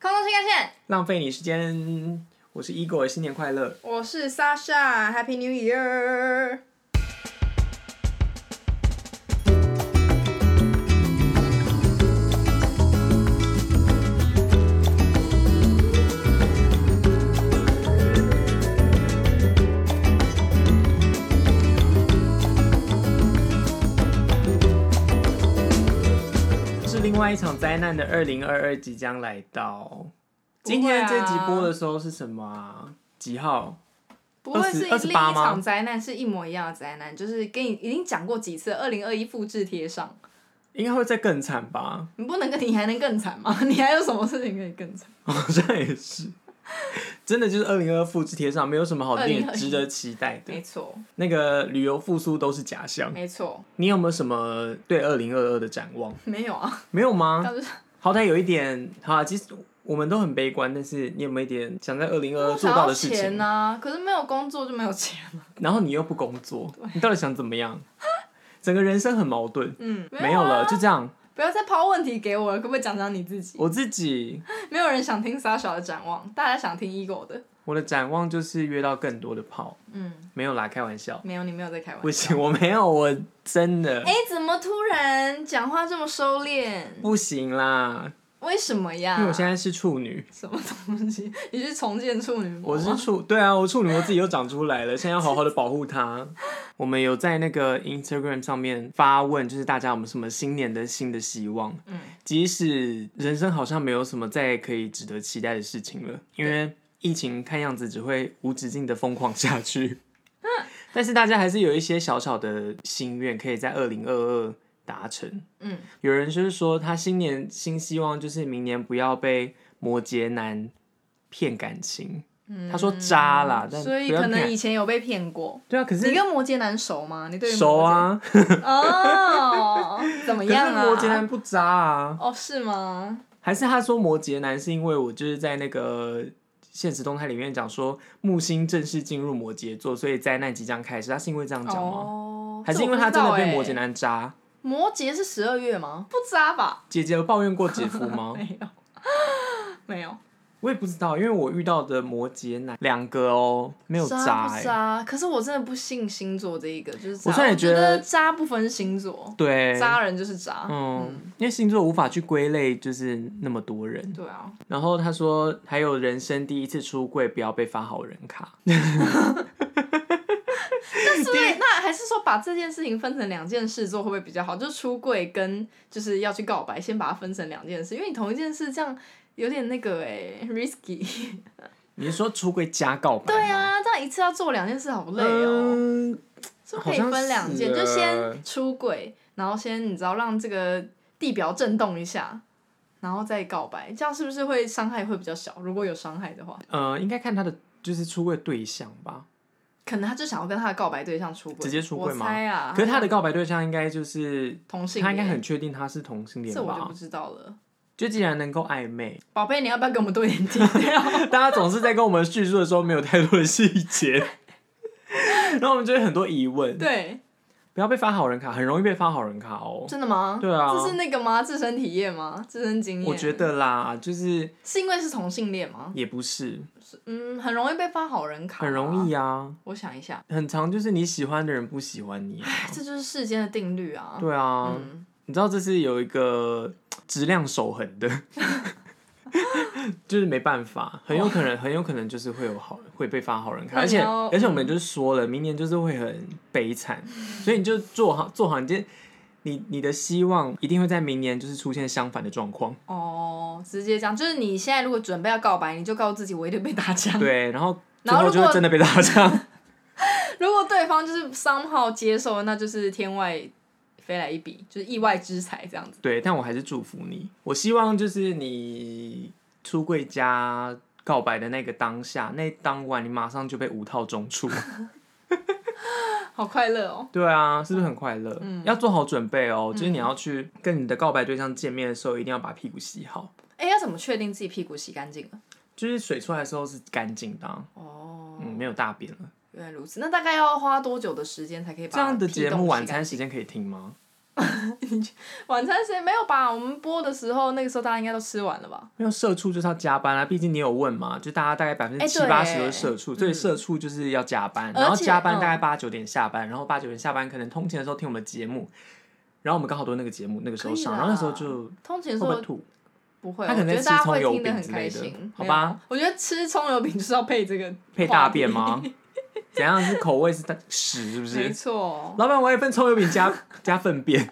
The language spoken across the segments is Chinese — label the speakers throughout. Speaker 1: 下线，
Speaker 2: 浪费你时间。我是 Igor，新年快乐！
Speaker 1: 我是 Sasha，Happy New Year！
Speaker 2: 是另外一场灾难的二零二二即将来到。
Speaker 1: 不会啊
Speaker 2: 今天这集播的时候是什么啊？几号？
Speaker 1: 不会是
Speaker 2: 28
Speaker 1: 另一
Speaker 2: 吗
Speaker 1: 场灾难，是一模一样的灾难，就是跟你已经讲过几次，二零二一复制贴上，
Speaker 2: 应该会再更惨吧？
Speaker 1: 你不能跟你还能更惨吗？ 你还有什么事情可以更惨？
Speaker 2: 好像也是。真的就是二零二复制贴上，没有什么好电影
Speaker 1: 2021
Speaker 2: 值得期待的
Speaker 1: 没。错，
Speaker 2: 那个旅游复苏都是假象。
Speaker 1: 没错，
Speaker 2: 你有没有什么对二零二二的展望？
Speaker 1: 没有啊，
Speaker 2: 没有吗？
Speaker 1: 但是
Speaker 2: 好歹有一点，好啊，其实我们都很悲观，但是你有没有一点想在二零二二
Speaker 1: 我
Speaker 2: 呃做
Speaker 1: 想
Speaker 2: 到
Speaker 1: 要
Speaker 2: 的事
Speaker 1: 钱啊
Speaker 2: 情？
Speaker 1: 呢、可是没有工作就没有钱了。
Speaker 2: 然后你又不工作，你到底想怎么样？ 整个人生很矛盾。
Speaker 1: 嗯，
Speaker 2: 没
Speaker 1: 有
Speaker 2: 有
Speaker 1: 啊
Speaker 2: 了，就这样。
Speaker 1: 不要再抛问题给我了，可不可以讲讲你自己？
Speaker 2: 我自己，
Speaker 1: 没有人想听 Sasha 的展望，大家想听 Ego 的。
Speaker 2: 我的展望就是约到更多的炮，
Speaker 1: 嗯，
Speaker 2: 没有啦，开玩笑。
Speaker 1: 没有，你没有在开玩
Speaker 2: 不
Speaker 1: 笑。
Speaker 2: 行，我没有，我真的
Speaker 1: 哎、怎么突然讲话这么收敛？
Speaker 2: 不行啦，
Speaker 1: 为什么呀？
Speaker 2: 因为我现在是处女，
Speaker 1: 什么东西？ 你是重建处女膜
Speaker 2: 我
Speaker 1: 吗？
Speaker 2: 是处，对啊，我处女，我自己又长出来了，现在要好好的保护它。我们有在那个 Instagram 上面发问，就是大家有没有什么新年的新的希望？
Speaker 1: 嗯，
Speaker 2: 即使人生好像没有什么再可以值得期待的事情了，因为疫情看样子只会无止境的疯狂 下去。但是大家还是有一些小小的心愿，可以在二零二二达成。
Speaker 1: 嗯，
Speaker 2: 有人就是说，他新年新希望就是明年不要被摩羯男骗感情。他说渣啦，啊但
Speaker 1: 嗯所以
Speaker 2: 不要
Speaker 1: 可能
Speaker 2: 骗
Speaker 1: 以前有被骗过。
Speaker 2: 对啊，可
Speaker 1: 你
Speaker 2: 是
Speaker 1: 跟摩羯男熟吗？你对于摩羯
Speaker 2: 熟？啊，可
Speaker 1: 哦， 怎么
Speaker 2: 是
Speaker 1: 样啊？
Speaker 2: 摩羯男不渣啊，
Speaker 1: 哦，是吗？
Speaker 2: 还是他说摩羯男是因为我就是在那个现实动态里面讲说木星正式进入摩羯座，所以灾难即将开始，他是因为这样讲吗？
Speaker 1: 哦，
Speaker 2: 还是因为他真的被摩羯男渣？
Speaker 1: 这我欸不知道欸？摩羯是十二月吗？不渣吧？
Speaker 2: 姐姐有抱怨过姐夫 吗？
Speaker 1: 没有，没有。
Speaker 2: 我也不知道，因为我遇到的摩羯男两个哦，没有
Speaker 1: 渣
Speaker 2: 渣
Speaker 1: 不
Speaker 2: 哎、
Speaker 1: 渣？可是我真的不信星座这一个，就是渣
Speaker 2: 我虽然也
Speaker 1: 我觉
Speaker 2: 觉得
Speaker 1: 渣不分星座，
Speaker 2: 对，
Speaker 1: 渣人就是渣。嗯，
Speaker 2: 嗯，因为星座无法去归类，就是那么多人。
Speaker 1: 对啊，
Speaker 2: 然后他说，还有人生第一次出柜，不要被发好人卡。
Speaker 1: 是不是？那还是说把这件事情分成两件事做会不会比较好？就是出柜跟就是要去告白，先把它分成两件事，因为你同一件事这样有点那个哎、risky。
Speaker 2: 你是说出柜加告白？
Speaker 1: 对，啊，这样一次要做两件事好累哦、
Speaker 2: 嗯，
Speaker 1: 是不是可以分两件？
Speaker 2: 好
Speaker 1: 就
Speaker 2: 像是啊耶
Speaker 1: 先出柜，然后先你知道让这个地表震动一下，然后再告白，这样是不是会伤害会比较小？如果有伤害的话，
Speaker 2: 呃，应该看他的就是出柜对象吧。
Speaker 1: 可能他就想要跟他的告白对象出轨，
Speaker 2: 直接出柜吗
Speaker 1: 我猜啊，
Speaker 2: 可是他的告白对象应该就是
Speaker 1: 同性恋，
Speaker 2: 他应该很确定他是同性恋
Speaker 1: 这我就
Speaker 2: 吧
Speaker 1: 不？知道了。
Speaker 2: 就既然能够暧昧，
Speaker 1: 宝贝，你要不要给我们多一点 detail？
Speaker 2: 大家总是在跟我们叙述的时候没有太多的细节， 然后我们就会很多疑问。
Speaker 1: 对，
Speaker 2: 不要被发好人卡，很容易被发好人卡哦。
Speaker 1: 真的吗？
Speaker 2: 对啊
Speaker 1: 这是那个吗？自身体验吗？自身经验？
Speaker 2: 我觉得啦，就是
Speaker 1: 是因为是同性恋吗？
Speaker 2: 也不是
Speaker 1: 嗯，很容易被发好人哦卡，
Speaker 2: 很容易
Speaker 1: 啊。
Speaker 2: 啊，
Speaker 1: 我想一下，
Speaker 2: 很常就是你喜欢的人不喜欢你啊、
Speaker 1: 这就是世间的定律啊。
Speaker 2: 对啊，
Speaker 1: 嗯，
Speaker 2: 你知道这是有一个质量守恒 的，就是没办法，很有可能，很有可能就是会有好会被发好人卡，
Speaker 1: 那
Speaker 2: 而
Speaker 1: 你
Speaker 2: 且
Speaker 1: 要
Speaker 2: 而且我们就是说了，明年就是会很悲惨，
Speaker 1: 嗯
Speaker 2: 所以你就做好做好你这你你的希望一定会在明年就是出现相反的状 况，
Speaker 1: 哦，直接讲，就是你现在如果准备要告白，你就告诉自己我一定被打枪。
Speaker 2: 对，然后最
Speaker 1: 然后
Speaker 2: 后
Speaker 1: 如果
Speaker 2: 就会真的被打枪，
Speaker 1: 如果对方就是 somehow 接受，那就是天外飞来一笔，就是意外之财这样子。
Speaker 2: 对，但我还是祝福你，我希望就是你出柜加告白的那个当下，那当晚你马上就被五套中出。
Speaker 1: 好快乐哦！
Speaker 2: 对啊，是不是很快乐？
Speaker 1: 嗯
Speaker 2: 要做好准备哦，就是你要去跟你的告白对象见面的时候，一定要把屁股洗好，
Speaker 1: 哎，要怎么确定自己屁股洗干净了？
Speaker 2: 就是水出来的时候是干净的啊、
Speaker 1: 哦，
Speaker 2: 嗯，没有大便了。
Speaker 1: 原来如此。那大概要花多久的时间才可以把
Speaker 2: 这样的节
Speaker 1: 屁洞
Speaker 2: 目
Speaker 1: 洗
Speaker 2: 晚
Speaker 1: 干
Speaker 2: 餐时间可以听吗？
Speaker 1: 晚餐时间没有吧？我们播的时候，那个时候大家应该都吃完了吧？
Speaker 2: 因为社畜就是要加班啊，毕竟你有问嘛，就大家大概百分之
Speaker 1: 哎
Speaker 2: 七
Speaker 1: 对嗯
Speaker 2: 八十都是社畜，所以社畜就是要加班，然后
Speaker 1: 而且
Speaker 2: 加班
Speaker 1: 嗯
Speaker 2: 大概八九点下班，然后八九点下班可能通勤的时候听我们的节目，然后我们刚好都那个节目那个时候上，
Speaker 1: 可以
Speaker 2: 然
Speaker 1: 啦
Speaker 2: 后那时候就
Speaker 1: 通勤的时
Speaker 2: 会不
Speaker 1: 候
Speaker 2: 会吐？
Speaker 1: 不会，
Speaker 2: 他
Speaker 1: 我
Speaker 2: 可
Speaker 1: 觉
Speaker 2: 能
Speaker 1: 得
Speaker 2: 吃
Speaker 1: 大家
Speaker 2: 葱
Speaker 1: 会
Speaker 2: 油
Speaker 1: 听得
Speaker 2: 饼
Speaker 1: 很
Speaker 2: 之
Speaker 1: 开
Speaker 2: 类的
Speaker 1: 心，
Speaker 2: 好吧
Speaker 1: 没有？我觉得吃葱油饼就是要配这个
Speaker 2: 配
Speaker 1: 话
Speaker 2: 大
Speaker 1: 题
Speaker 2: 便？吗？怎样是口味是大屎是不
Speaker 1: 没
Speaker 2: 是？
Speaker 1: 错，
Speaker 2: 老板，我要一份葱油饼加 加粪便。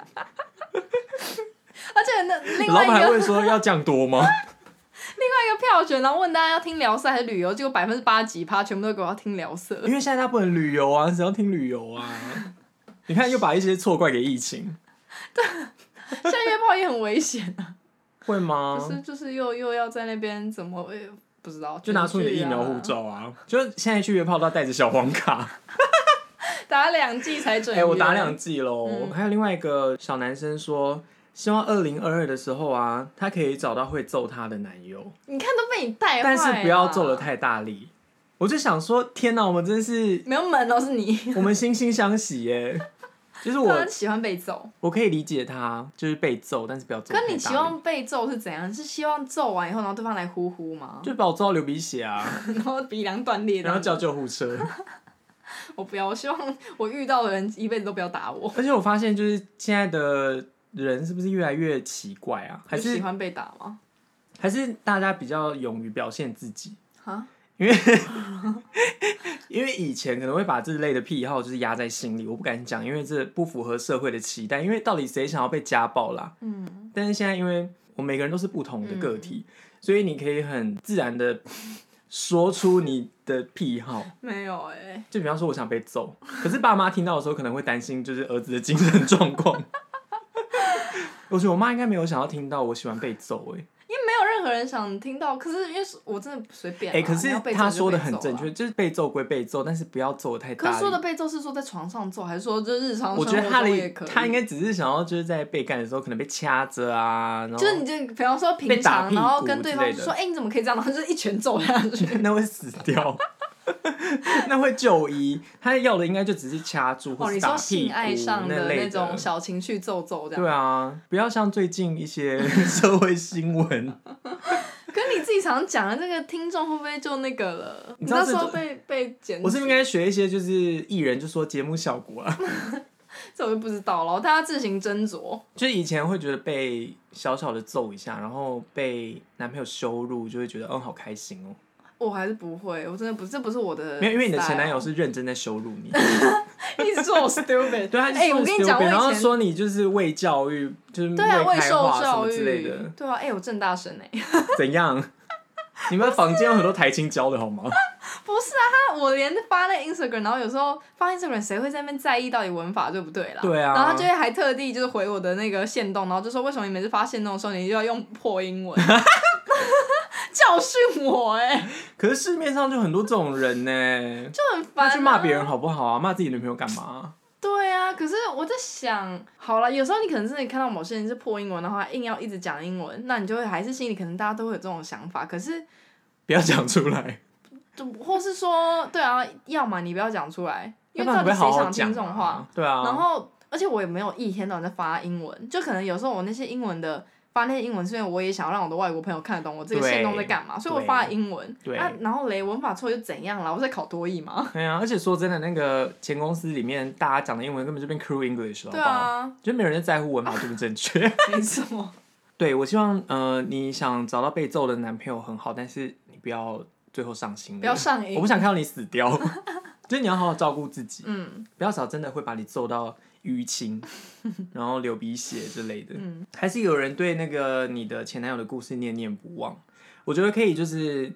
Speaker 1: 而且那另
Speaker 2: 老
Speaker 1: 外一
Speaker 2: 板还
Speaker 1: 个
Speaker 2: 问说要酱 多吗？
Speaker 1: 另外一个票选，然后问大家要听聊色还是旅游，结果百分之八几趴全部都给我要听聊 色
Speaker 2: 因。为现在他不能旅游啊，只要听旅游啊。你看，又把一些错怪给疫情，
Speaker 1: 现在约炮也很危险啊，
Speaker 2: 会吗？
Speaker 1: 不是就是又又要在那边怎么、呃不知道？
Speaker 2: 就拿出你的疫苗护
Speaker 1: 群聚啊，
Speaker 2: 照啊！就是现在去约炮都要带着小黄卡。
Speaker 1: 打两剂才准
Speaker 2: 哎、
Speaker 1: 约。
Speaker 2: 我打两剂喽。
Speaker 1: 嗯
Speaker 2: 还有另外一个小男生说，希望二零二二的时候啊，他可以找到会揍他的男友，
Speaker 1: 你看都被你带坏
Speaker 2: 但
Speaker 1: 了，
Speaker 2: 是不要揍的太大力。
Speaker 1: 啊
Speaker 2: 我就想说，天哪，我们真是
Speaker 1: 没有门哦，是你。
Speaker 2: 我们惺惺相惜耶。 就是
Speaker 1: 他
Speaker 2: 我，
Speaker 1: 啊喜欢被揍，
Speaker 2: 我可以理解他，就是被揍，但是不要揍。
Speaker 1: 可你希，望被揍是怎样？是希望揍完以后，然后对方来呼呼吗？
Speaker 2: 就把我揍到流鼻血 啊，
Speaker 1: 然后鼻梁断裂这
Speaker 2: 然后
Speaker 1: 样子？
Speaker 2: 叫救护车。
Speaker 1: 我不要，我希望我遇到的人一辈子都不要打我。
Speaker 2: 而且我发现，就是现在的人是不是越来越奇怪啊？还
Speaker 1: 你
Speaker 2: 是
Speaker 1: 喜欢被打吗？
Speaker 2: 还是大家比较勇于表现自己，
Speaker 1: 啊，
Speaker 2: 因为以前可能会把这类的癖好就是压在心里，我不敢讲，因为这不符合社会的期待。因为到底谁想要被家暴啦？
Speaker 1: 嗯，
Speaker 2: 但是现在，因为我们每个人都是不同的个体，所以你可以很自然的说出你的癖好。
Speaker 1: 没有哎、
Speaker 2: 就比方说，我想被揍，可是爸妈听到的时候可能会担心，就是儿子的精神状况。 我觉得我妈应该没有想要听到我喜欢被揍、欸，
Speaker 1: 因为没有任何人想听到。可是因为我真的不随便
Speaker 2: 哎、
Speaker 1: 啦，
Speaker 2: 可
Speaker 1: 你
Speaker 2: 是
Speaker 1: 要被揍
Speaker 2: 她
Speaker 1: 就
Speaker 2: 说的
Speaker 1: 被
Speaker 2: 很
Speaker 1: 揍
Speaker 2: 正
Speaker 1: 啦
Speaker 2: 确，。就是被揍归被揍，但是不要揍得太大
Speaker 1: 可
Speaker 2: 力。
Speaker 1: 是说的被揍是说在床上揍，还是说就日常
Speaker 2: 我觉得
Speaker 1: 生活
Speaker 2: 他
Speaker 1: 中也
Speaker 2: 的
Speaker 1: 可以？
Speaker 2: 他应该只是想要就是在被干的时候可能被掐着啊，然后
Speaker 1: 就是你就比方说
Speaker 2: 被
Speaker 1: 平
Speaker 2: 打
Speaker 1: 常，
Speaker 2: 屁股
Speaker 1: 然后跟对方
Speaker 2: 之类的
Speaker 1: 说：“哎、你怎么可以这样？”然后就是一拳揍下去。
Speaker 2: 那会死掉，那会就医。他要的应该就只是掐住或
Speaker 1: 哦，
Speaker 2: 是
Speaker 1: 你
Speaker 2: 打
Speaker 1: 说
Speaker 2: 屁
Speaker 1: 性
Speaker 2: 股
Speaker 1: 爱上
Speaker 2: 那
Speaker 1: 的
Speaker 2: 类
Speaker 1: 那种小情绪揍揍这样。
Speaker 2: 对啊，不要像最近一些 社会新闻，
Speaker 1: 可是你自己常讲的这个听众会不会就那个了？你
Speaker 2: 你知道
Speaker 1: 那
Speaker 2: 这
Speaker 1: 时候被被检举，
Speaker 2: 我是不是应该学一些就是艺人就说节目效果啊，
Speaker 1: 这我就不知道了，大家自行斟酌。
Speaker 2: 就是以前会觉得被小小的揍一下，然后被男朋友羞辱，就会觉得嗯好开心哦。
Speaker 1: 我还是不会，我真的不，这不是我的。
Speaker 2: 没有，因为你的前 男友是认真在羞辱你，
Speaker 1: 一直说我 stupid，
Speaker 2: 对， 他就
Speaker 1: 哦哎、
Speaker 2: 说
Speaker 1: 我跟你讲，
Speaker 2: stupid，
Speaker 1: 我
Speaker 2: 然后
Speaker 1: 以前
Speaker 2: 说你就是未教育，就是
Speaker 1: 对啊，我也
Speaker 2: 开
Speaker 1: 受
Speaker 2: 化什
Speaker 1: 教
Speaker 2: 么之类
Speaker 1: 育
Speaker 2: 的，，
Speaker 1: 对啊，哎、我正大神哎、
Speaker 2: 怎样？你
Speaker 1: 啊
Speaker 2: 们房间有很多台青教的好 吗？
Speaker 1: 不是啊，他我连发那 Instagram，然后有时候发 Instagram，谁会在那边在意到底文法对不对啦？
Speaker 2: 对啊
Speaker 1: 然后他就会还特地就是回我的那个线动，然后就说为什么你每次发线动的时候你就要用破英文， 教训我哎、
Speaker 2: 可是市面上就很多这种人呢，
Speaker 1: 就很烦、
Speaker 2: 那
Speaker 1: 啊。
Speaker 2: 去骂别人好不好啊？骂自己女朋友干嘛啊？
Speaker 1: 对啊，可是我在想，好了，有时候你可能真的看到某些人是破英文的话，硬要一直讲英文，那你就会还是心里可能大家都会有这种想法，可是
Speaker 2: 不要讲出来，
Speaker 1: 就或是说，对啊，要么你不要讲出来，因
Speaker 2: 要
Speaker 1: 为
Speaker 2: 不然
Speaker 1: 到
Speaker 2: 你会
Speaker 1: 底
Speaker 2: 好
Speaker 1: 谁
Speaker 2: 好
Speaker 1: 想听
Speaker 2: 讲
Speaker 1: 这种
Speaker 2: 啊
Speaker 1: 话？？
Speaker 2: 对啊，
Speaker 1: 然后，而且我也没有一天到晚在发英文，就可能有时候我那些英文的发那些英文，是因为我也想要让我的外国朋友看得懂我这个
Speaker 2: 对
Speaker 1: 线动在干嘛，所以我
Speaker 2: 对
Speaker 1: 发了英文。
Speaker 2: 对
Speaker 1: 啊，然后雷文法错又怎样啦？我在考多译吗？
Speaker 2: 对啊，而且说真的，那个前公司里面大家讲的英文根本就变 crew English 了，
Speaker 1: 对
Speaker 2: 好不好，
Speaker 1: 啊，
Speaker 2: 就没有人在乎文法正不正确。
Speaker 1: 没错。
Speaker 2: 对我希望，呃，你想找到被揍的男朋友很好，但是你不要最后上心了，
Speaker 1: 不要上瘾
Speaker 2: 我不想看到你死掉， 就是你要好好照顾自己，
Speaker 1: 嗯，
Speaker 2: 不要找真的会把你揍到 淤青，然后流鼻血之类的。
Speaker 1: 嗯
Speaker 2: 还是有人对那个你的前男友的故事念念不忘，我觉得可以就是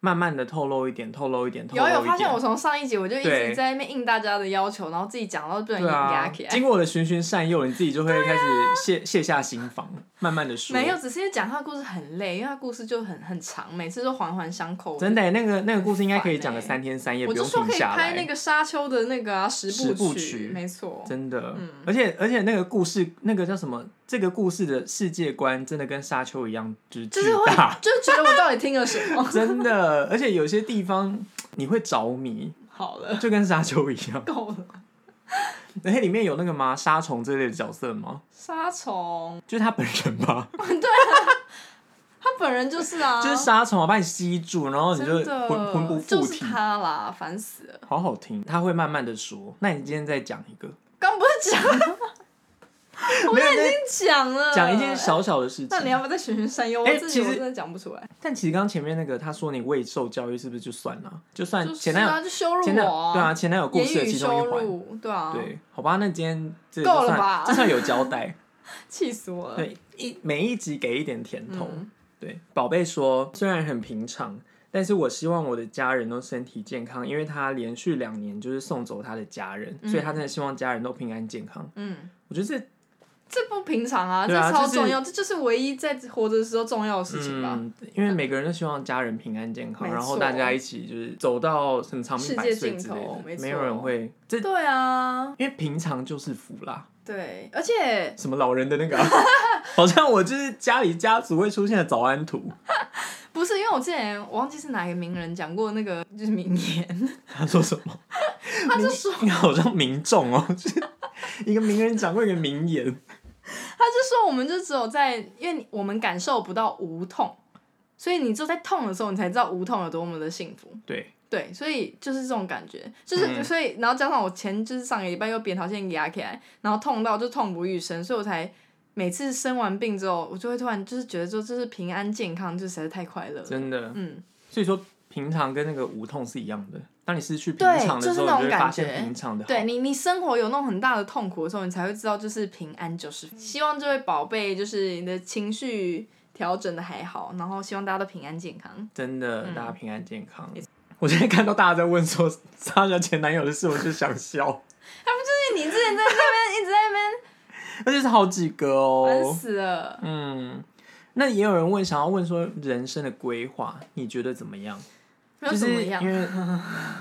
Speaker 2: 慢慢的透露一点，透露一点，透露
Speaker 1: 有
Speaker 2: 一点。
Speaker 1: 有发现，我从上一集我就一
Speaker 2: 对
Speaker 1: 直在那边应大家的要求，然后自己讲到被人
Speaker 2: 对啊
Speaker 1: 压起，来。啊
Speaker 2: 经过我的循循善诱，你自己就会开始卸、卸下心防，慢慢的说。
Speaker 1: 没有，，只是因为讲他的故事很累，因为他故事就很很长，每次都环环相扣。
Speaker 2: 真的欸耶、那个那个故事应该可以讲个
Speaker 1: 很烦欸
Speaker 2: 三天三夜，
Speaker 1: 我
Speaker 2: 不
Speaker 1: 就
Speaker 2: 用
Speaker 1: 说
Speaker 2: 停
Speaker 1: 可以
Speaker 2: 下
Speaker 1: 拍
Speaker 2: 来。
Speaker 1: 那个沙丘的那个啊十
Speaker 2: 十部
Speaker 1: 部
Speaker 2: 曲
Speaker 1: 没错。
Speaker 2: 真的，
Speaker 1: 嗯
Speaker 2: 而且而且那个故事，那个叫什么？这个故事的世界观真的跟沙丘一样，就是
Speaker 1: 就
Speaker 2: 巨
Speaker 1: 是会
Speaker 2: 大，？
Speaker 1: 就觉得我到底听了什么
Speaker 2: 真的。而且有些地方你会着迷，
Speaker 1: 好了，
Speaker 2: 就跟沙丘一样。
Speaker 1: 够了。
Speaker 2: 而且里面有那个吗？杀虫这类的角色吗？
Speaker 1: 杀虫，
Speaker 2: 就是他本人吧，
Speaker 1: 他本人就是啊，
Speaker 2: 就是杀虫啊，把你吸住，然后你就
Speaker 1: 真的
Speaker 2: 魂魂不
Speaker 1: 就
Speaker 2: 附
Speaker 1: 是
Speaker 2: 体。
Speaker 1: 他啦，烦死了。
Speaker 2: 好好听，他会慢慢的说。那你今天再讲一个，
Speaker 1: 刚不是 讲
Speaker 2: 没有在
Speaker 1: 讲了，
Speaker 2: 讲一件小小的事
Speaker 1: 呃那你
Speaker 2: 情。
Speaker 1: 要不要再循循善诱？我
Speaker 2: 哎
Speaker 1: 自
Speaker 2: 其
Speaker 1: 己
Speaker 2: 实
Speaker 1: 我真的讲不出来。
Speaker 2: 但其实刚刚前面那个他说你未受教育是不是就算了？就算
Speaker 1: 就是
Speaker 2: 前男友，
Speaker 1: 啊，就羞辱
Speaker 2: 前男
Speaker 1: 我
Speaker 2: 友对啊，，前男友故
Speaker 1: 言
Speaker 2: 事的
Speaker 1: 语
Speaker 2: 其中一
Speaker 1: 羞
Speaker 2: 环。
Speaker 1: 辱，对啊，
Speaker 2: 对，好吧，那今天这
Speaker 1: 够
Speaker 2: 就
Speaker 1: 了
Speaker 2: 算
Speaker 1: 吧
Speaker 2: 这算有交代。
Speaker 1: 气死我了。
Speaker 2: 对，一每一集给一点甜头。
Speaker 1: 嗯
Speaker 2: 对，宝贝说，虽然很平常，但是我希望我的家人都身体健康，因为他连续两年就是送走他的家人，
Speaker 1: 嗯
Speaker 2: 所以他真的希望家人都平安健康。
Speaker 1: 嗯，
Speaker 2: 我觉得这
Speaker 1: 这不平常啊，这
Speaker 2: 对啊
Speaker 1: 超
Speaker 2: 就是
Speaker 1: 重要，这就是唯一在活着的时候重要的事情吧。呃
Speaker 2: 嗯，因为每个人都希望家人平安健康，
Speaker 1: 没
Speaker 2: 然后
Speaker 1: 错
Speaker 2: 大家一起就是走到很长命
Speaker 1: 世
Speaker 2: 百
Speaker 1: 界
Speaker 2: 岁
Speaker 1: 尽
Speaker 2: 之类
Speaker 1: 头
Speaker 2: 的，
Speaker 1: 没
Speaker 2: 没有
Speaker 1: 错
Speaker 2: 人会这，
Speaker 1: 对啊，
Speaker 2: 因为平常就是福啦。
Speaker 1: 对，而且
Speaker 2: 什么老人的那个啊、 好像我就是家里家族会出现的早安图。
Speaker 1: 不是因为我之前我忘记是哪个名人讲过那个就是名言，
Speaker 2: 他说什么？
Speaker 1: 他就说
Speaker 2: 你好像民众哦， 就是一个名人讲过一个名言，
Speaker 1: 他就说我们就只有在因为你我们感受不到无痛，所以你只有在痛的时候你才知道无痛有多么的幸福。
Speaker 2: 对，
Speaker 1: 对，所以就是这种感觉，就是、
Speaker 2: 嗯
Speaker 1: 所以，然后加上我前就是上个礼拜又扁桃腺压起来，然后痛到就痛不欲生，所以我才每次生完病之后，我就会突然就是觉得说这是平安健康，就实在是太快乐了。
Speaker 2: 真的。
Speaker 1: 嗯，
Speaker 2: 所以说，平常跟那个无痛是一样的。当你失去平
Speaker 1: 对
Speaker 2: 常的
Speaker 1: 就
Speaker 2: 时
Speaker 1: 是
Speaker 2: 候，
Speaker 1: 那
Speaker 2: 你
Speaker 1: 种
Speaker 2: 就会发
Speaker 1: 感
Speaker 2: 现
Speaker 1: 觉
Speaker 2: 平常的好。
Speaker 1: 对你，你生活有那种很大的痛苦的时候，你才会知道就是平安就是。
Speaker 2: 嗯
Speaker 1: 希望这位宝贝就是你的情绪调整的还好，然后希望大家都平安健康。
Speaker 2: 真的，
Speaker 1: 嗯
Speaker 2: 大家平安健康。我现在看到大家在问说莎莎前男友的事，我就想笑，
Speaker 1: 就是你之前在那边一直在那
Speaker 2: 而且是好几个
Speaker 1: 边烦
Speaker 2: 哦。
Speaker 1: 死了。
Speaker 2: 嗯，那也有人问，想要问说人生的规划，你觉得怎么样？
Speaker 1: 没有
Speaker 2: 就
Speaker 1: 怎么
Speaker 2: 是
Speaker 1: 样，
Speaker 2: 因为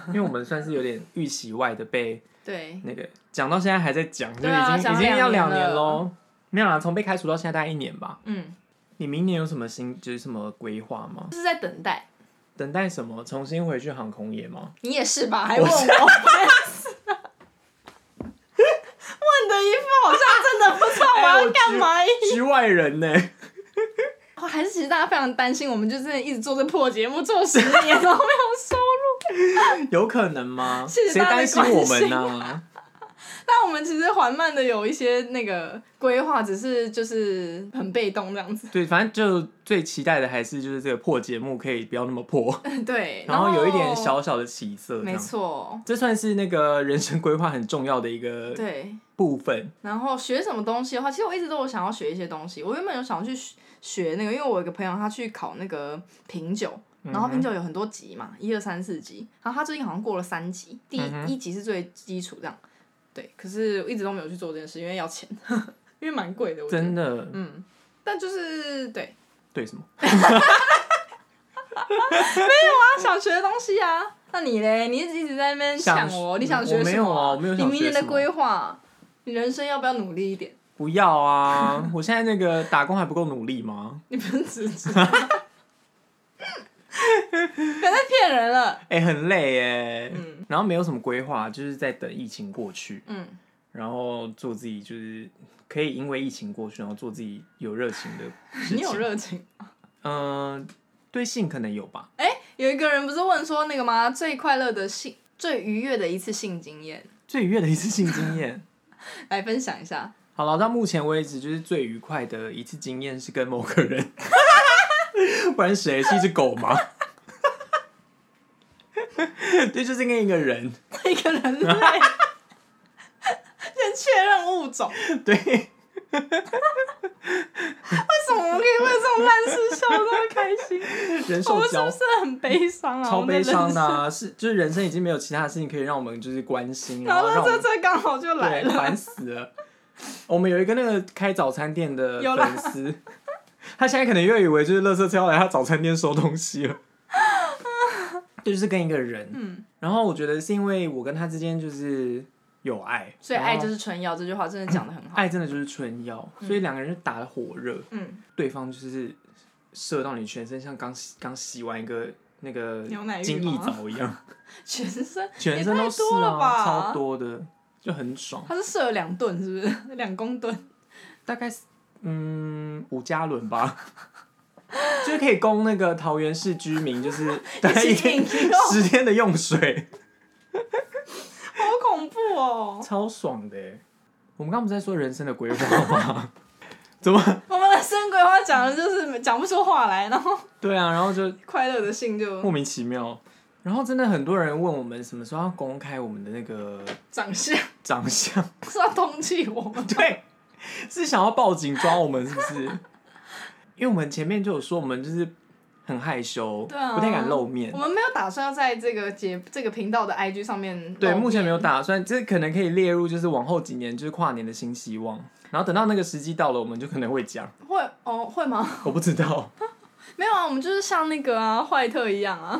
Speaker 2: 因为我们算是有点预期外的被
Speaker 1: 对，
Speaker 2: 那个讲到现在还在讲，就已
Speaker 1: 对啊
Speaker 2: 经、
Speaker 1: 讲
Speaker 2: 已
Speaker 1: 了
Speaker 2: 经要
Speaker 1: 两
Speaker 2: 两
Speaker 1: 年
Speaker 2: 年
Speaker 1: 了
Speaker 2: 喽。没有啦，从被开除到现在大概一年吧。
Speaker 1: 嗯，
Speaker 2: 你明年有什么新就是什么规划吗？
Speaker 1: 就是在等待。
Speaker 2: 等待什么？重新回去航空业 吗？
Speaker 1: 你也是吧？还问我？
Speaker 2: 我是
Speaker 1: 烦死了问的一副好像真的不知道哎我要干嘛一样。
Speaker 2: 局外人呢、
Speaker 1: 哦还是其实大家非常担心，我们就真的一直做这破节目做十年，然后没有收入。
Speaker 2: 有可能吗？
Speaker 1: 谢谢
Speaker 2: 谁
Speaker 1: 大家
Speaker 2: 担
Speaker 1: 的
Speaker 2: 心我们呢、
Speaker 1: 但我们其实缓慢的有一些那个规划，只是就是很被动这样子。
Speaker 2: 对，反正就最期待的还是就是这个破节目可以不要那么破，
Speaker 1: 对，哦
Speaker 2: 然后有一点，小小的起色，这
Speaker 1: 没
Speaker 2: 样。
Speaker 1: 错，
Speaker 2: 这算是那个人生规划很重要的一个
Speaker 1: 对。
Speaker 2: 部分。
Speaker 1: 然后学什么东西的话，其实我一直都有想要学一些东西。我原本有想要去学学那个，因为我有一个朋友他去考那个品酒，
Speaker 2: 嗯
Speaker 1: 然后品酒有很多级嘛，一二三四级，然后他最近好像过了三级，第一、
Speaker 2: 嗯哼
Speaker 1: 一级是最基础这样。对，可是我一直都没有去做这件事，因为要钱， 因为蛮贵的。我觉得
Speaker 2: 真的
Speaker 1: 嗯，但就是对，
Speaker 2: 对什么？
Speaker 1: 他想学的东西啊。那你嘞？你一直一直在那边
Speaker 2: 想
Speaker 1: 呛我，你想
Speaker 2: 我
Speaker 1: 学
Speaker 2: 没
Speaker 1: 什
Speaker 2: 有
Speaker 1: 么、
Speaker 2: 啊我没有想
Speaker 1: 你明
Speaker 2: 学
Speaker 1: 年的
Speaker 2: 什么
Speaker 1: 规划，你人生要不要努力一点？
Speaker 2: 不要 啊！我现在那个打工还不够努力吗？
Speaker 1: 你不是辞职？别 再骗人了。
Speaker 2: 哎、很累哎、
Speaker 1: 嗯
Speaker 2: 然后没有什么规划，就是在等疫情过去，
Speaker 1: 嗯，
Speaker 2: 然后做自己就是可以因为疫情过去，然后做自己有热情的事
Speaker 1: 你有
Speaker 2: 情。
Speaker 1: 热情。
Speaker 2: 嗯、对性可能有吧。
Speaker 1: 有一个人不是问说那个吗？最快乐的性、最愉悦的一次性经验，
Speaker 2: 最愉悦的一次性经验，
Speaker 1: 来分享一下。
Speaker 2: 好了，到目前为止就是最愉快的一次经验是跟某个人， 不然谁是一只狗吗？ 对，就是跟一个人，
Speaker 1: 一个人类，先确认物种。为
Speaker 2: 对。
Speaker 1: 什么我们可以为这种烂事笑得那么开心？
Speaker 2: 人
Speaker 1: 我
Speaker 2: 兽
Speaker 1: 们是
Speaker 2: 交
Speaker 1: 不，是很悲伤啊？
Speaker 2: 超悲伤的
Speaker 1: 的人
Speaker 2: 啊、是就是人生已经没有其他的事情可以让我们就是关心，
Speaker 1: 生。然
Speaker 2: 后
Speaker 1: 后
Speaker 2: 让我
Speaker 1: 这
Speaker 2: 们
Speaker 1: 这刚好就来
Speaker 2: 对
Speaker 1: 了，
Speaker 2: 烦死了。我们有一个那个开早餐店的
Speaker 1: 有啦
Speaker 2: 粉丝，他现在可能又以为就是乐色车要来他早餐店收东西 了，就是跟一个人，
Speaker 1: 嗯
Speaker 2: 然后我觉得是因为我跟他之间就是有爱，
Speaker 1: 所以爱就是是春药这句话真的讲的很好。
Speaker 2: 爱，真的就是春药，所以两个人就打得火热，
Speaker 1: 嗯，
Speaker 2: 对方就是射到你全身，像刚洗刚洗完一个那个
Speaker 1: 牛奶浴
Speaker 2: 精益
Speaker 1: 吗
Speaker 2: 澡一样，
Speaker 1: 全身
Speaker 2: 全身
Speaker 1: 也
Speaker 2: 都
Speaker 1: 太
Speaker 2: 是
Speaker 1: 多了
Speaker 2: 啊，
Speaker 1: 吧
Speaker 2: 超多的。就很爽。
Speaker 1: 他是射了两吨，是不是？两公吨，
Speaker 2: 大概是嗯五加仑 吧，就是可以供那个桃园市居民就是大 概一
Speaker 1: 一起
Speaker 2: 天
Speaker 1: 饮用，
Speaker 2: 十天的用水，
Speaker 1: 好恐怖哦！
Speaker 2: 超爽的欸耶。我们刚不是在说人生的规划吗？ 怎么？
Speaker 1: 我们的生规划讲的就是讲不出话来，然后
Speaker 2: 对啊，然后就
Speaker 1: 快乐的性就
Speaker 2: 莫名其妙。然后真的很多人问我们什么时候要公开我们的那个
Speaker 1: 长 相
Speaker 2: 长相，
Speaker 1: 是要通气我们，
Speaker 2: 对，是想要报警抓我们是不是？因为我们前面就有说我们就是很害羞，
Speaker 1: 对啊，
Speaker 2: 不太敢露面
Speaker 1: 我。们没有打算要在这个节这个频道的 IG 上面露面，
Speaker 2: 对，目前没有打算，这可能可以列入就是往后几年就是跨年的新希望。然后等到那个时机到了，我们就可能会讲，
Speaker 1: 会哦会吗？
Speaker 2: 我不知道。
Speaker 1: 没有啊，我们就是像那个啊坏特一样啊，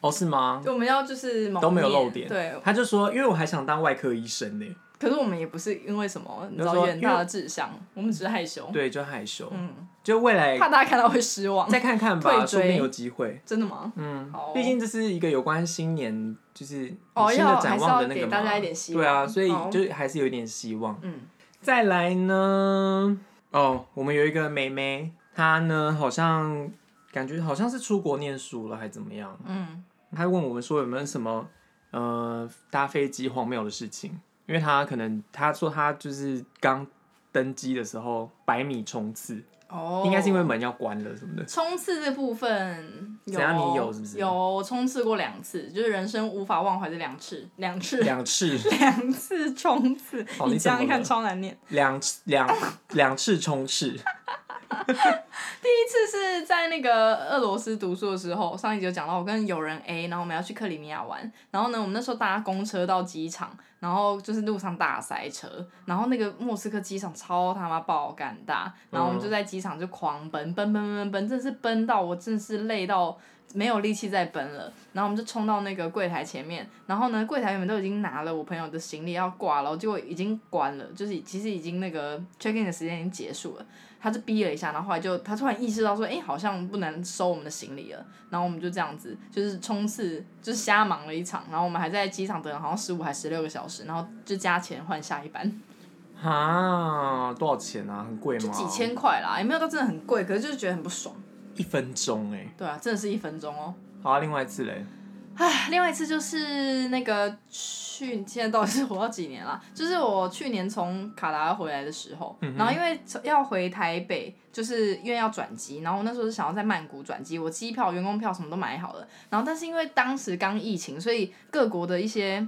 Speaker 2: 哦，是吗？
Speaker 1: 我们要就是蒙
Speaker 2: 都没有露
Speaker 1: 面
Speaker 2: 点。
Speaker 1: 对，
Speaker 2: 他就说，因为我还想当外科医生呢。
Speaker 1: 可是我们也不是因为什么，你知
Speaker 2: 就
Speaker 1: 道
Speaker 2: 说
Speaker 1: 远大的志向，我们只是害羞，
Speaker 2: 对，就害羞，
Speaker 1: 哦嗯，
Speaker 2: 就未来
Speaker 1: 怕大家看到会失望，
Speaker 2: 再看看吧，
Speaker 1: 退追
Speaker 2: 说不定有机会。
Speaker 1: 真的吗？
Speaker 2: 嗯
Speaker 1: 好哦，
Speaker 2: 毕竟这是一个有关新年，就是
Speaker 1: 哦
Speaker 2: 新
Speaker 1: 要
Speaker 2: 的
Speaker 1: 还
Speaker 2: 展
Speaker 1: 是
Speaker 2: 望
Speaker 1: 要
Speaker 2: 的那个
Speaker 1: 给
Speaker 2: 嘛
Speaker 1: 大家一点希
Speaker 2: 对啊，
Speaker 1: 望
Speaker 2: 所以
Speaker 1: 好
Speaker 2: 就还是有一点希望。
Speaker 1: 嗯，
Speaker 2: 再来呢，哦，我们有一个妹妹，她呢好像感觉好像是出国念书了，还怎么样？
Speaker 1: 嗯，
Speaker 2: 她问我们说有没有什么呃搭飞机荒谬的事情，因为她可能她说她就是刚登机的时候百米冲刺，
Speaker 1: 哦，
Speaker 2: 应该是因为门要关了什么的。
Speaker 1: 冲刺这部分有，
Speaker 2: 怎样你有是不是
Speaker 1: 有我冲刺过两次，就是人生无法忘怀的两次，两次，
Speaker 2: 两次，
Speaker 1: 两次冲刺，
Speaker 2: 哦你
Speaker 1: 你这样
Speaker 2: 怎么
Speaker 1: 看
Speaker 2: 了
Speaker 1: 超难念。
Speaker 2: 两两两次冲刺，
Speaker 1: 第一次是在那个俄罗斯读书的时候，上一集有讲到，我跟友人 A，然后我们要去克里米亚玩，然后呢，我们那时候搭公车到机场，然后就是路上大塞车，然后那个莫斯科机场超他妈爆干大，然后我们就在机场就狂奔，奔奔奔奔奔，真的是奔到我真的是累到。没有力气再奔了，然后我们就冲到那个柜台前面，然后呢，柜台原本都已经拿了我朋友的行李要挂了，结果已经关了，就是其实已经那个 check in 的时间已经结束了，他就逼了一下，然后后来就他突然意识到说，哎、好像不能收我们的行李了。然后我们就这样子，就是冲刺，就是瞎忙了一场。然后我们还在机场等了好像十五还十六个小时，然后就加钱换下一班，
Speaker 2: 啊，多少钱啊？很贵吗？
Speaker 1: 就几，千块啦，也没有到真的很贵，可是就是觉得很不爽。
Speaker 2: 一分钟哎、
Speaker 1: 对啊，真的是一分钟哦。
Speaker 2: 好、啊，另外一次嘞，
Speaker 1: 唉，另外一次就是那个去现在到底是活到几年啦？就是我去年从卡达回来的时候，然后因为要回台北，就是因为要转机，然后我那时候是想要在曼谷转机，我机票、员工票什么都买好了，然后但是因为当时刚疫情，所以各国的一些。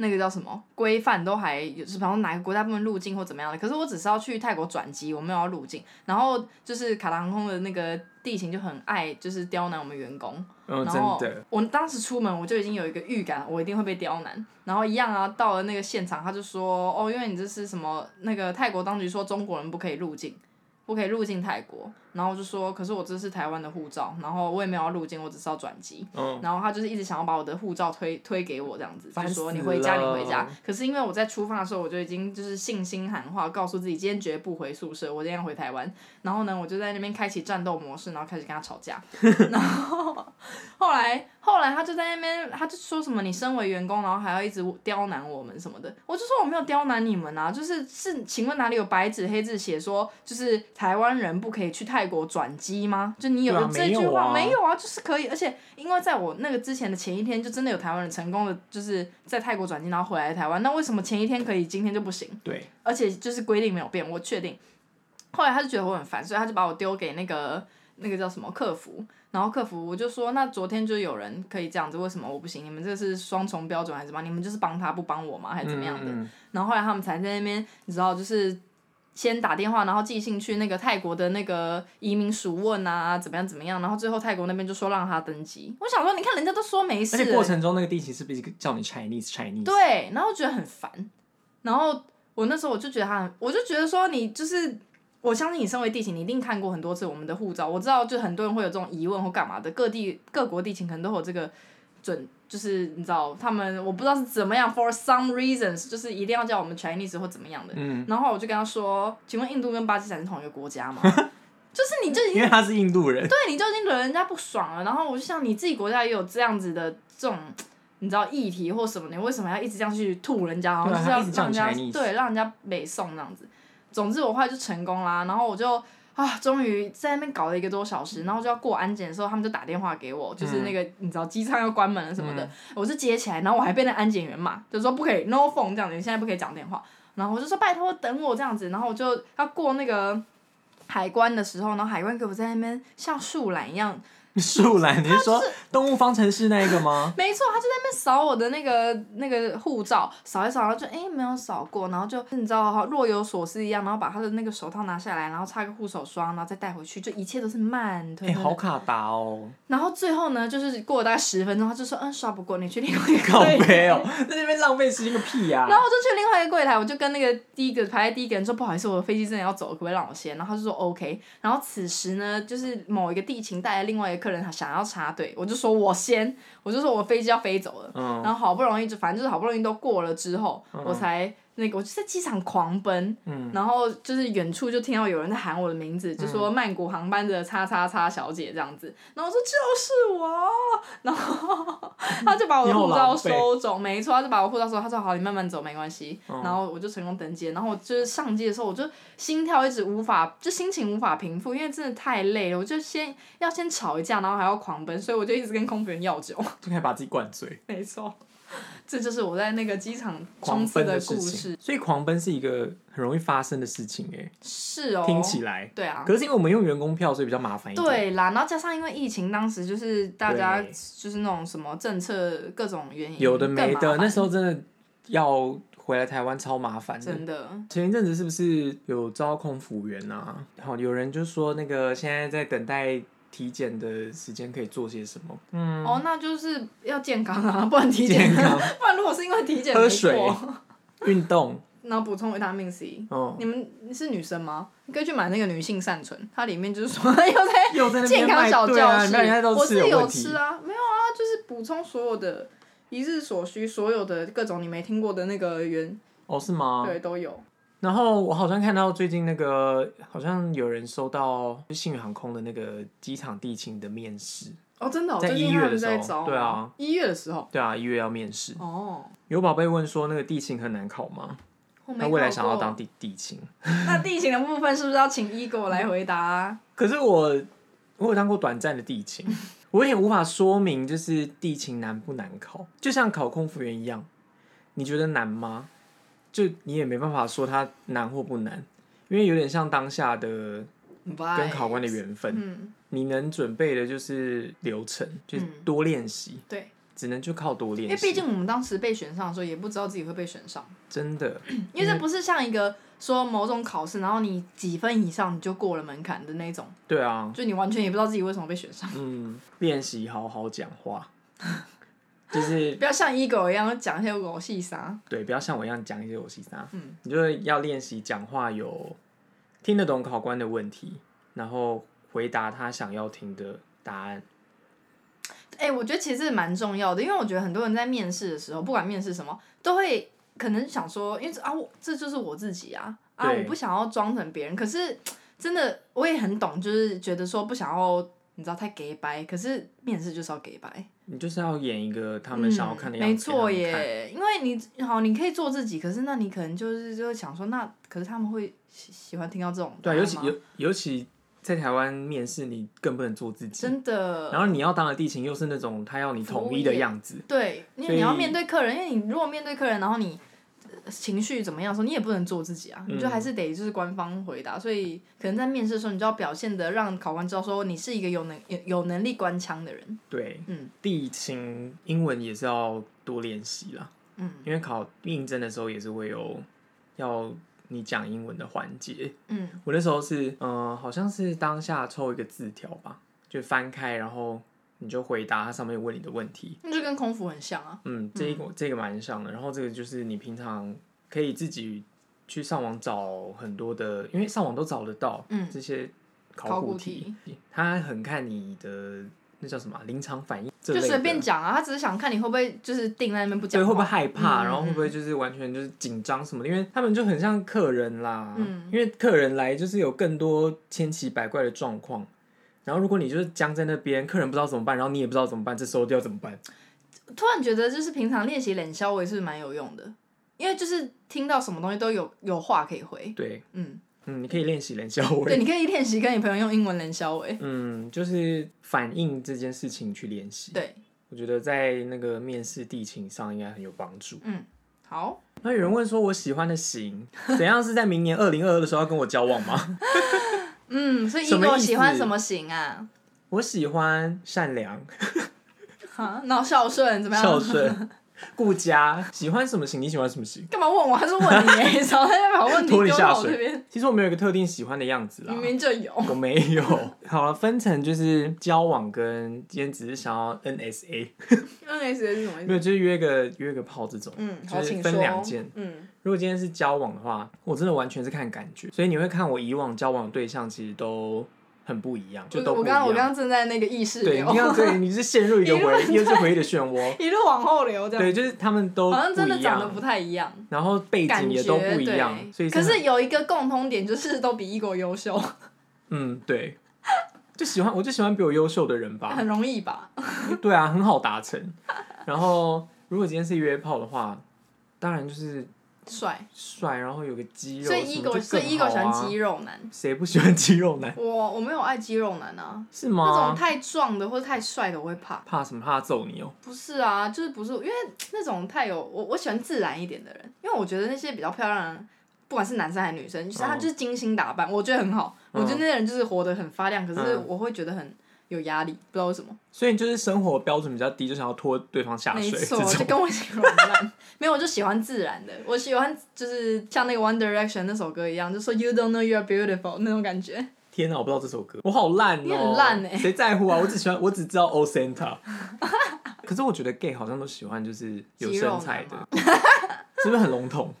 Speaker 1: 那个叫什么规范都还有，是好像哪个国家不能入境或怎么样的。可是我只是要去泰国转机，我没有要入境。然后就是卡达航空的那个地勤就很爱，就是刁难我们员工，
Speaker 2: 嗯，
Speaker 1: 然
Speaker 2: 真
Speaker 1: 后
Speaker 2: 的，
Speaker 1: 我当时出门我就已经有一个预感，我一定会被刁难。然后一样啊，到了那个现场，他就说：“哦，因为你这是什么？那个泰国当局说中国人不可以入境，不可以入境泰国。”然后我就说：“可是我这是台湾的护照，然后我也没有要入境，我只是要转机。”
Speaker 2: 嗯，
Speaker 1: 然后他就是一直想要把我的护照推推给我这样子，
Speaker 2: 烦
Speaker 1: 就说
Speaker 2: 死
Speaker 1: 你回家，你回家
Speaker 2: 了。
Speaker 1: 可是因为我在出发的时候，我就已经就是信心喊话，告诉自己今天绝不回宿舍，我今天要回台湾。然后呢，我就在那边开启战斗模式，然后开始跟他吵架。然后 后来后来他就在那边，他就说什么你身为员工，然后还要一直刁难我们什么的。我就说我没有刁难你们啊，就是是请问哪里有白纸黑字写说就是台湾人不可以去泰国转机吗？就你有
Speaker 2: 对啊
Speaker 1: 这
Speaker 2: 没
Speaker 1: 句
Speaker 2: 有
Speaker 1: 话
Speaker 2: 啊
Speaker 1: 没有？有啊，就是可以，而且因为在我那个之前的前一天，就真的有台湾人成功的，就是在泰国转机，然后回来台湾。那为什么前一天可以，今天就不行？
Speaker 2: 对，
Speaker 1: 而且就是规定没有变，我确定。后来他就觉得我很烦，所以他就把我丢给那个那个叫什么客服，然后客服我就说，那昨天就有人可以这样子，为什么我不行？你们这是双重标准还是什么？你们就是帮他不帮我吗？还是怎么样的？
Speaker 2: 嗯嗯
Speaker 1: 然后后来他们才在那边，你知道，就是先打电话，然后寄信去那个泰国的那个移民署问啊，怎么样怎么样，然后最后泰国那边就说让他登机。我想说，你看人家都说没事
Speaker 2: 而且
Speaker 1: 了，
Speaker 2: 过程中那个地勤是不是叫你 Chinese Chinese？，
Speaker 1: 对，然后我觉得很烦，然后我那时候我就觉得他很，我就觉得说你就是。我相信你身为地勤，你一定看过很多次我们的护照。我知道，就很多人会有这种疑问或干嘛的，各地各国地勤可能都有这个准，就是你知道他们我不知道是怎么样，for some reasons，就是一定要叫我们 Chinese 或怎么样的。
Speaker 2: 嗯，
Speaker 1: 然后我就跟他说：“请问印度跟巴基斯坦是同一个国家吗？” 就是你就已经
Speaker 2: 因为他是印度人，
Speaker 1: 对你就已经惹人家不爽了，然后我就想你自己国家也有这样子的这种你知道议题或什么，你为什么要一直这样去吐人家，然后
Speaker 2: 对啊
Speaker 1: 就是
Speaker 2: 他一
Speaker 1: 要
Speaker 2: 直
Speaker 1: 让
Speaker 2: 这样
Speaker 1: 人家
Speaker 2: Chinese
Speaker 1: 对让人家北宋这样子。总之我后来就成功啦，然后我就啊，终于在那边搞了一个多小时，然后就要过安检的时候，他们就打电话给我，就是那个、你知道机舱要关门了什么
Speaker 2: 嗯
Speaker 1: 的，我是接起来，然后我还被那安检员骂，就说不可以 no phone 这样子，你现在不可以讲电话。然后我就说拜托等我这样子，然后我就要过那个海关的时候，然后海关给我在那边像树懒一样
Speaker 2: 树懒，你是说动物方程式那一 个吗？
Speaker 1: 没错，他就在那边扫我的那个那个护照，扫一扫，然后就哎、诶没有扫过，然后就你知道若有所思一样，然后把他的那个手套拿下来，然后擦个护手霜，然后再带回去，就一切都是慢
Speaker 2: 哎、
Speaker 1: 吞吞的。
Speaker 2: 好卡达哦，
Speaker 1: 然后最后呢，就是过了大概十分钟，他就说嗯刷不过，你去另外一个
Speaker 2: 靠
Speaker 1: 柜台。
Speaker 2: 背哦，在那边浪费时间个屁呀、
Speaker 1: 然后我就去另外一个柜台，我就跟那个第一个排在第一个人说，不好意思，我的飞机真的要走了，可不可以让我先？然后他就说 OK。然后此时呢，就是某一个地勤带来另外一个客人，他想要插队，我就说我先，我就说我飞机要飞走了。
Speaker 2: 嗯
Speaker 1: 然后好不容易就反正就是好不容易都过了之后，我才那个我就在机场狂奔，
Speaker 2: 嗯
Speaker 1: 然后就是远处就听到有人在喊我的名字，就说曼谷航班的叉叉叉小姐这样子，然后我说就是我，然 后他就把我的护照收走，没错，他就把我护照收，他说好你慢慢走没关系，
Speaker 2: 嗯
Speaker 1: 然后我就成功登机，然后我就是上机的时候我就心跳一直无法，就心情无法平复，因为真的太累了，我就先要先吵一架，然后还要狂奔，所以我就一直跟空服员要酒。
Speaker 2: 就开始把自己灌醉，
Speaker 1: 没错，这就是我在那个机场冲
Speaker 2: 狂
Speaker 1: 刺
Speaker 2: 奔的
Speaker 1: 故
Speaker 2: 事
Speaker 1: 事
Speaker 2: 情。。所以狂奔是一个很容易发生的事情、欸，
Speaker 1: 是哦，
Speaker 2: 听起来。
Speaker 1: 对啊，
Speaker 2: 可是因为我们用员工票，所以比较麻烦一点。
Speaker 1: 对啦，然后加上因为疫情，当时就是大家
Speaker 2: 对
Speaker 1: 就是那种什么政策各种原因，
Speaker 2: 有的没
Speaker 1: 更麻
Speaker 2: 的，
Speaker 1: 烦
Speaker 2: 那时候真的要回来台湾超麻烦的。
Speaker 1: 真的
Speaker 2: 前一阵子是不是有招空服员啊？然后有人就说那个现在在等待体检的时间可以做些什么？嗯，
Speaker 1: 哦，那就是要健康啊， 不然体检
Speaker 2: 健，康、
Speaker 1: 不然如果是因为体检
Speaker 2: 喝
Speaker 1: 没
Speaker 2: 水
Speaker 1: 过，
Speaker 2: 运动，
Speaker 1: 然后补充维他命 C。
Speaker 2: 哦，
Speaker 1: 你们你是女生吗？你可以去买那个女性善存，它里面就是说 又在
Speaker 2: 又在那边
Speaker 1: 健康
Speaker 2: 卖
Speaker 1: 小教
Speaker 2: 对啊，
Speaker 1: 室，
Speaker 2: 那人家都
Speaker 1: 我
Speaker 2: 吃
Speaker 1: 是
Speaker 2: 问
Speaker 1: 有
Speaker 2: 题
Speaker 1: 吃。啊，没有啊，就是补充所有的一日所需，所有的各种你没听过的那个原、
Speaker 2: 哦，是吗？
Speaker 1: 对都有。
Speaker 2: 然后我好像看到最近那个，好像有人收到信宇航空的那个机场地勤的面试，
Speaker 1: 哦，真的、哦，
Speaker 2: 在
Speaker 1: 最近
Speaker 2: 一
Speaker 1: 他
Speaker 2: 月
Speaker 1: 们
Speaker 2: 的时候
Speaker 1: 在找，
Speaker 2: 对啊，
Speaker 1: 一月的时候，
Speaker 2: 对啊，一月要面试。
Speaker 1: 哦，
Speaker 2: 有宝贝问说，那个地勤很难考吗？
Speaker 1: 我没
Speaker 2: 他未来
Speaker 1: 考
Speaker 2: 想要
Speaker 1: 过
Speaker 2: 当地地勤，
Speaker 1: 那地形的部分是不是要请一给我来回答、啊
Speaker 2: 可是我我有当过短暂的地 勤，我有点无法说明，就是地勤难不难考，就像考空服员一样，你觉得难吗？就你也没办法说它难或不难，因为有点像当下的跟考官的缘分，
Speaker 1: 嗯，
Speaker 2: 你能准备的就是流程，就是
Speaker 1: 嗯
Speaker 2: 多练习，
Speaker 1: 对，
Speaker 2: 只能就靠多
Speaker 1: 因
Speaker 2: 练
Speaker 1: 为
Speaker 2: 习，
Speaker 1: 毕竟我们当时被选上的时候，也不知道自己会被选 上，
Speaker 2: 真的
Speaker 1: 因为这不是像一个说某种考试，然后你几分以上你就过了门槛的那种，
Speaker 2: 对啊，
Speaker 1: 就你完全也不知道自己为什么被选上。
Speaker 2: 嗯，练习好好讲 话，就是
Speaker 1: 不要像 ego 一样讲一些狗屁啥。
Speaker 2: 对，不要像我一样讲一些我西沙，
Speaker 1: 嗯
Speaker 2: 你就是要练习讲话有听得懂考官的问题，然后回答他想要听的答案。
Speaker 1: 哎、我觉得其实蛮重要的，因为我觉得很多人在面试的时候，不管面试什么，都会可能想说，因为这啊，我这就是我自己啊，啊，
Speaker 2: 对
Speaker 1: 我不想要装成别人。可是真的，我也很懂，就是觉得说不想要，你知道太给白，可是面试就是要给白。
Speaker 2: 你就是要演一个他们想要看的
Speaker 1: 嗯、
Speaker 2: 样
Speaker 1: 没
Speaker 2: 子、给他
Speaker 1: 错
Speaker 2: 们看。
Speaker 1: 耶，因为你好，你可以做自己，可是那你可能就是就会想说，那可是他们会喜喜欢听到这种
Speaker 2: 对
Speaker 1: 答
Speaker 2: 啊，尤
Speaker 1: 案
Speaker 2: 其
Speaker 1: 吗
Speaker 2: 尤尤其在台湾面试，你更不能做自己。
Speaker 1: 真的，
Speaker 2: 然后你要当的地勤又是那种他要你统一
Speaker 1: 服务
Speaker 2: 的
Speaker 1: 业
Speaker 2: 样子，
Speaker 1: 对，因
Speaker 2: 所
Speaker 1: 为你要
Speaker 2: 以
Speaker 1: 面对客人，因为你如果面对客人，然后你呃情绪怎么样的时候，你也不能做自己啊，你
Speaker 2: 嗯
Speaker 1: 就还是得就是官方回答。所以可能在面试的时候，你就要表现的让考官知道说你是一个有能有有能力官腔的人。
Speaker 2: 对，
Speaker 1: 嗯
Speaker 2: 地勤英文也是要多练习啦，
Speaker 1: 嗯
Speaker 2: 因为考应征的时候也是会有要你讲英文的环节。
Speaker 1: 嗯，
Speaker 2: 我那时候是，嗯、好像是当下抽一个字条吧，就翻开，然后你就回答它上面问你的问题。
Speaker 1: 那就跟空腹很像啊。
Speaker 2: 嗯，这一个、这个蛮像的。然后这个就是你平常可以自己去上网找很多的，因为上网都找得到。
Speaker 1: 嗯
Speaker 2: 这些
Speaker 1: 考
Speaker 2: 考
Speaker 1: 古
Speaker 2: 古题，它很看你的那叫什么啊临场反应这
Speaker 1: 就
Speaker 2: 类的，
Speaker 1: 随便讲啊，他只是想看你会不会就是定在那边不
Speaker 2: 对，
Speaker 1: 讲话，
Speaker 2: 会不会害怕？
Speaker 1: 嗯
Speaker 2: 然后会不会就是完全就是紧张什么的？因为他们就很像客人啦，
Speaker 1: 嗯
Speaker 2: 因为客人来就是有更多千奇百怪的状况。然后如果你就是僵在那边，客人不知道怎么办，然后你也不知道怎么办，这时候就要怎么办？
Speaker 1: 突然觉得就是平常练习冷笑，我也是蛮有用的，因为就是听到什么东西都有有话可以回。
Speaker 2: 对，
Speaker 1: 嗯，
Speaker 2: 嗯，你可以练习冷笑
Speaker 1: 对，
Speaker 2: 尾，
Speaker 1: 你可以练习跟你朋友用英文冷笑诶。
Speaker 2: 嗯，就是反应这件事情去练习。
Speaker 1: 对，
Speaker 2: 我觉得在那个面试地勤上应该很有帮助。
Speaker 1: 好，
Speaker 2: 那有人问说，我喜欢的型怎样是在明年二零二二的时候要跟我交往吗？
Speaker 1: 嗯，所以
Speaker 2: 什
Speaker 1: 英
Speaker 2: 么意思
Speaker 1: 国喜欢什么型啊？
Speaker 2: 我喜欢善良、
Speaker 1: 哈，然后孝顺怎么样？
Speaker 2: 孝 顺、顾家。喜欢什么型？你喜欢什么型？
Speaker 1: 干嘛问我？还是问你 耶？少在那边把问题
Speaker 2: 拖你
Speaker 1: 丢
Speaker 2: 下
Speaker 1: 到我
Speaker 2: 水
Speaker 1: 这边，
Speaker 2: 其实我没有一个特定喜欢的样子啦
Speaker 1: 明。明就有。
Speaker 2: 我没有。好了，分成就是交往跟今天只是想要 NSA，
Speaker 1: N S 是嗯什么意
Speaker 2: 没
Speaker 1: 思？
Speaker 2: 有就是约个约个炮这种。
Speaker 1: 嗯，
Speaker 2: 就
Speaker 1: 好，
Speaker 2: 是
Speaker 1: 请
Speaker 2: 分
Speaker 1: 说
Speaker 2: 两件。
Speaker 1: 嗯，
Speaker 2: 如果今天是交往的话，我真的完全是看感觉，所以你会看我以往交往的对象其实都很不一样，就都
Speaker 1: 我
Speaker 2: 不一
Speaker 1: 刚
Speaker 2: 样。
Speaker 1: 我刚刚正在那个意识
Speaker 2: 对，你
Speaker 1: 流，
Speaker 2: 看，对，你是陷入一个
Speaker 1: 一路
Speaker 2: 回又是回忆的漩 涡。
Speaker 1: 一路往后流，这
Speaker 2: 对，
Speaker 1: 样
Speaker 2: 就是他们都
Speaker 1: 好像
Speaker 2: 不
Speaker 1: 真的
Speaker 2: 一
Speaker 1: 长得不
Speaker 2: 样，
Speaker 1: 太一样。
Speaker 2: 然后背
Speaker 1: 感
Speaker 2: 景也
Speaker 1: 觉
Speaker 2: 都不一样，
Speaker 1: 对
Speaker 2: 所以
Speaker 1: 可
Speaker 2: 很
Speaker 1: 是有一个共通点，就是都比异国优秀，
Speaker 2: 嗯，对，就喜欢我就喜欢比我优秀的人吧
Speaker 1: 很，容易吧？
Speaker 2: 对啊，很好达成。然后如果今天是约炮的话，当然就是
Speaker 1: 帅，
Speaker 2: 帅，然后有个肌肉什
Speaker 1: 所
Speaker 2: 么就更好啊，
Speaker 1: 以异国，所以异国喜欢肌肉男。
Speaker 2: 谁不喜欢肌肉男？
Speaker 1: 我我没有爱肌肉男啊，
Speaker 2: 是
Speaker 1: 那种
Speaker 2: 吗？
Speaker 1: 太壮的或者太帅的我会怕。
Speaker 2: 怕什么？怕他揍你哦、
Speaker 1: 不是啊，就是不是，因为那种太有我我喜欢自然一点的人，因为我觉得那些比较漂亮的人，不管是男生还是女生，就是他
Speaker 2: 嗯
Speaker 1: 就是精心打扮，我觉得很好。
Speaker 2: 嗯
Speaker 1: 我觉得那些人就是活得很发亮，可是
Speaker 2: 嗯
Speaker 1: 我会觉得很有压力，不知道为什么。
Speaker 2: 所以就是生活标准比较低，就想要拖对方下
Speaker 1: 没
Speaker 2: 水
Speaker 1: 错，
Speaker 2: 这
Speaker 1: 就
Speaker 2: 种。
Speaker 1: 跟我形容一样。 没有，我就喜欢自然的，我喜欢就是像那个 One Direction 那首歌一样，就说 You don't know you're beautiful 那种感觉。
Speaker 2: 天哪，我不知道这首歌，我好烂哦、
Speaker 1: 你很烂欸
Speaker 2: 谁在乎啊？我只喜欢，我只知道 O Santa。可是我觉得 gay 好像都喜欢就是有身材
Speaker 1: 肌肉
Speaker 2: 的， 是不是很笼统？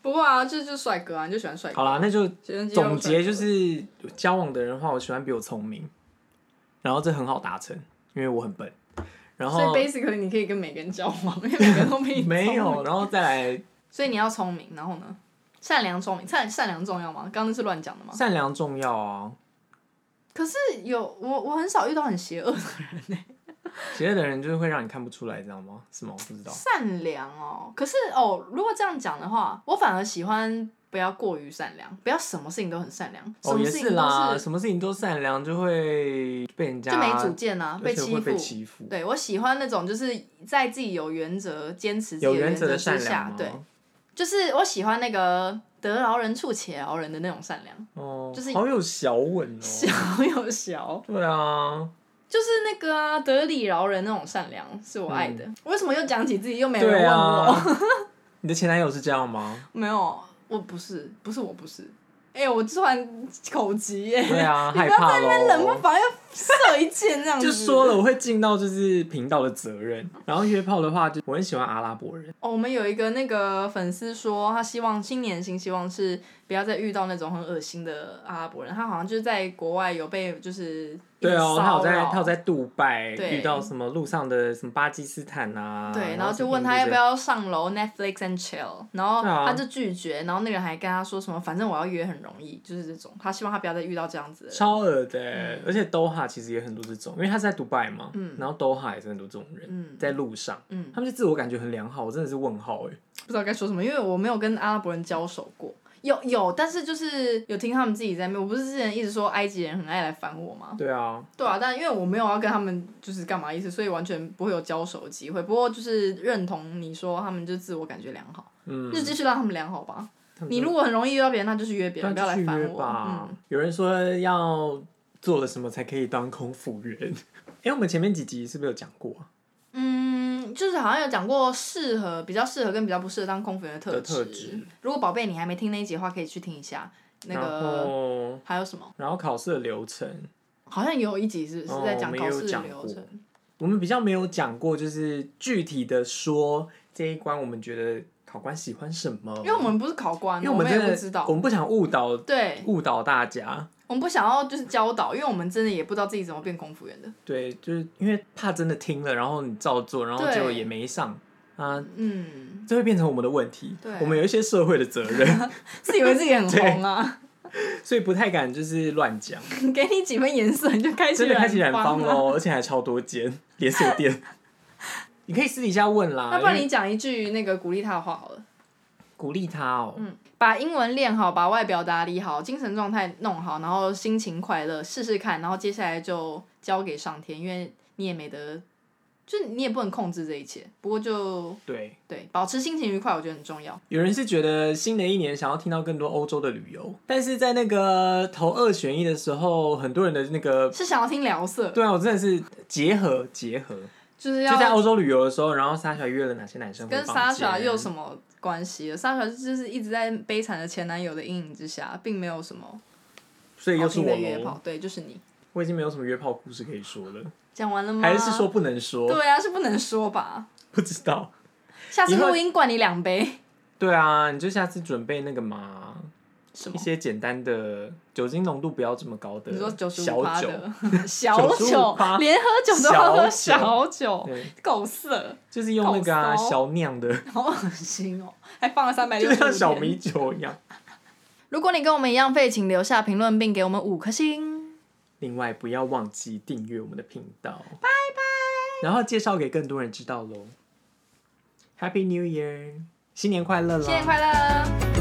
Speaker 1: 不过啊，这就是帅哥啊，你就喜欢帅哥
Speaker 2: 好。啦，那就
Speaker 1: 学生肌肉
Speaker 2: 总
Speaker 1: 帅
Speaker 2: 结
Speaker 1: 哥
Speaker 2: 就是交往的人的话，我喜欢比我聪明，然后这很好达成，因为我很笨。然
Speaker 1: 所以
Speaker 2: 后
Speaker 1: basically 你可以跟每个人交往， 因为每个人都比你聪明
Speaker 2: 没有，。然后再来
Speaker 1: 所以你要聪明，然后呢？善良聪明，善善良重要吗？刚刚那是乱讲的吗？
Speaker 2: 善良重要啊。
Speaker 1: 可是有我，我很少遇到很邪恶的 人呢、
Speaker 2: 邪恶的人就是会让你看不出来，知道吗？是吗？我不知道。
Speaker 1: 善良哦，可是哦，如果这样讲的话，我反而喜欢不要过于善良，不要什么事情都很善良，什
Speaker 2: 哦，
Speaker 1: 么
Speaker 2: 也
Speaker 1: 事情
Speaker 2: 是
Speaker 1: 都
Speaker 2: 啦，什么事情都善良就会被人家
Speaker 1: 就没主见啊，
Speaker 2: 而且
Speaker 1: 欺
Speaker 2: 会被
Speaker 1: 负。
Speaker 2: 欺负。
Speaker 1: 对我喜欢那种就是在自己有原则、坚持自己
Speaker 2: 有
Speaker 1: 的原
Speaker 2: 则的
Speaker 1: 之
Speaker 2: 善
Speaker 1: 下
Speaker 2: 良，吗？
Speaker 1: 对，就是我喜欢那个得饶人处且饶人的那种善良，
Speaker 2: 哦，
Speaker 1: 就是
Speaker 2: 好有小稳哦。
Speaker 1: 小有小。
Speaker 2: 对啊，
Speaker 1: 就是那个啊，得理饶人那种善良是我爱的。为什么又讲起自己，又没人
Speaker 2: 嗯对
Speaker 1: 问哎我？
Speaker 2: 啊。 你的前男友是这样吗？
Speaker 1: 没有，我不是，不是我不是。哎、我突然口急耶、
Speaker 2: 对啊，
Speaker 1: 你不
Speaker 2: 害
Speaker 1: 要在
Speaker 2: 怕
Speaker 1: 那边冷不
Speaker 2: 喽。
Speaker 1: 防又射一箭这样子。
Speaker 2: 就说了，我会尽到就是频道的责任。然后约炮的话，就我很喜欢阿拉伯人，
Speaker 1: 哦，我们有一个那个粉丝说，他希望新年新希望是不要再遇到那种很恶心的阿拉伯人。他好像就是在国外有被就是
Speaker 2: 对
Speaker 1: 一
Speaker 2: 哦，
Speaker 1: 直
Speaker 2: 他有
Speaker 1: 骚
Speaker 2: 在
Speaker 1: 扰
Speaker 2: 他有在杜拜
Speaker 1: 对
Speaker 2: 遇到什么路上的什么巴基斯坦啊，
Speaker 1: 对，然后就
Speaker 2: 什么
Speaker 1: 问他要
Speaker 2: 这
Speaker 1: 不
Speaker 2: 些
Speaker 1: 要上楼 Netflix and chill，然后
Speaker 2: 对啊
Speaker 1: 他就拒绝，然后那个人还跟他说什么，反正我要约很容易，就是这种。他希望他不要再遇到这样子的人。
Speaker 2: 超恶的
Speaker 1: 嗯
Speaker 2: 欸、而且 Doha 其实也很多这种，因为他是在杜拜嘛，然后 Doha 也是很多这种人，
Speaker 1: 嗯
Speaker 2: 在路上，
Speaker 1: 嗯
Speaker 2: 他们就自我感觉很良好，我真的是问号哎、
Speaker 1: 不知道该说什么，因为我没有跟阿拉伯人交手过。有有，但是就是有听他们自己在那边，我不是之前一直说埃及人很爱来烦我吗？
Speaker 2: 对啊，
Speaker 1: 对啊，但因为我没有要跟他们就是干嘛意思，所以完全不会有交手的机会。不过就是认同你说他们就自我感觉良好，
Speaker 2: 嗯，
Speaker 1: 就继续让他们良好吧。
Speaker 2: 他们
Speaker 1: 你
Speaker 2: 就
Speaker 1: 如果很容易遇到别人，那就是约别
Speaker 2: 对啊
Speaker 1: 人，不要来
Speaker 2: 就去
Speaker 1: 烦
Speaker 2: 约
Speaker 1: 我。
Speaker 2: 吧、
Speaker 1: 嗯，
Speaker 2: 有人说要做了什么才可以当空服员？ 哎、我们前面几集是不是有讲过啊？
Speaker 1: 嗯，就是好像有讲过适合比较适合跟比较不适合当空服员的特
Speaker 2: 的
Speaker 1: 质。
Speaker 2: 特质
Speaker 1: 如果宝贝你还没听那一集的话，可以去听一下。那
Speaker 2: 然
Speaker 1: 个
Speaker 2: 后，
Speaker 1: 还有什么？
Speaker 2: 然后考试的流程，
Speaker 1: 好像有一集是不是
Speaker 2: 哦
Speaker 1: 在讲
Speaker 2: 我们
Speaker 1: 考
Speaker 2: 也有
Speaker 1: 试
Speaker 2: 讲
Speaker 1: 流
Speaker 2: 过
Speaker 1: 程？
Speaker 2: 我们比较没有讲过，就是具体的说这一关，我们觉得考官喜欢什么？
Speaker 1: 因为我们不是考官，
Speaker 2: 哦
Speaker 1: 啊
Speaker 2: 因为
Speaker 1: 我
Speaker 2: 我们真
Speaker 1: 也
Speaker 2: 的
Speaker 1: 不知
Speaker 2: 我
Speaker 1: 道。
Speaker 2: 们不想误导
Speaker 1: 对，
Speaker 2: 误导大家。
Speaker 1: 我们不想要就是教导，因为我们真的也不知道自己怎么变空服员的。
Speaker 2: 对，就是因为怕真的听了，然后你照做，然后结果
Speaker 1: 对
Speaker 2: 也没上啊，
Speaker 1: 嗯，
Speaker 2: 这会变成我们的问题。
Speaker 1: 对
Speaker 2: 我们有一些社会的责任，
Speaker 1: 自以为自己很红啊，
Speaker 2: 所以不太敢就是乱讲。
Speaker 1: 给你几分颜色你就开始
Speaker 2: 真的开启染哦
Speaker 1: 方
Speaker 2: 坊
Speaker 1: 了。
Speaker 2: 喽，而且还超多间连锁店。你可以私底下问啦。
Speaker 1: 那不然
Speaker 2: 因为
Speaker 1: 你讲一句那个鼓励他的话好了。
Speaker 2: 鼓励他哦、
Speaker 1: 嗯，把英文练好，把外表打理好，精神状态弄好，然后心情快乐，试试看，然后接下来就交给上天，因为你也没得，就是你也不能控制这一切。不过就
Speaker 2: 对，
Speaker 1: 对，保持心情愉快，我觉得很重 要。
Speaker 2: 有人是觉得新的一年想要听到更多欧洲的旅游，但是在那个投二选一的时候，很多人的那个，
Speaker 1: 是想要听聊色，
Speaker 2: 对啊，我真的是结合结合，
Speaker 1: 就是
Speaker 2: 就在
Speaker 1: 要
Speaker 2: 欧洲旅游的时候，然后 Sasha 约了哪些男生回
Speaker 1: 啊跟
Speaker 2: 房
Speaker 1: Sasha
Speaker 2: 间
Speaker 1: 又有什么关系了？Sasha 就是一直在悲惨的前男友的阴影之下，并没有什么
Speaker 2: 所以
Speaker 1: 好
Speaker 2: 又是
Speaker 1: 听的
Speaker 2: 我
Speaker 1: 约
Speaker 2: 喽
Speaker 1: 炮。。对，就是你
Speaker 2: 我已经没有什么约炮故事可以说了，
Speaker 1: 讲完了吗？
Speaker 2: 还是说不能说？
Speaker 1: 对啊，是不能说吧？
Speaker 2: 不知道。
Speaker 1: 下次
Speaker 2: 以后
Speaker 1: 录音灌你两杯。
Speaker 2: 对啊，你就下次准备那个嘛，
Speaker 1: 什
Speaker 2: 一
Speaker 1: 么？
Speaker 2: 些简单的酒精浓度不要这么高的，
Speaker 1: 你说九十
Speaker 2: 小
Speaker 1: 五趴
Speaker 2: 酒，
Speaker 1: 的 小酒
Speaker 2: 95%，
Speaker 1: 连喝酒都要喝
Speaker 2: 小酒
Speaker 1: 小酒，
Speaker 2: 对，
Speaker 1: 够色，
Speaker 2: 就是用那个、啊、
Speaker 1: 搞骚
Speaker 2: 小酿的，
Speaker 1: 好恶心哦！还放了三百
Speaker 2: 就
Speaker 1: 六
Speaker 2: 像
Speaker 1: 十
Speaker 2: 小
Speaker 1: 五
Speaker 2: 米
Speaker 1: 天。
Speaker 2: 酒一样。
Speaker 1: 如果你跟我们一样废，请留下评论并给我们五颗星。
Speaker 2: 另外，不要忘记订阅我们的频道，拜拜，然后介绍给更多人知道喽。Happy New Year，新年快乐啦！
Speaker 1: 新年快乐！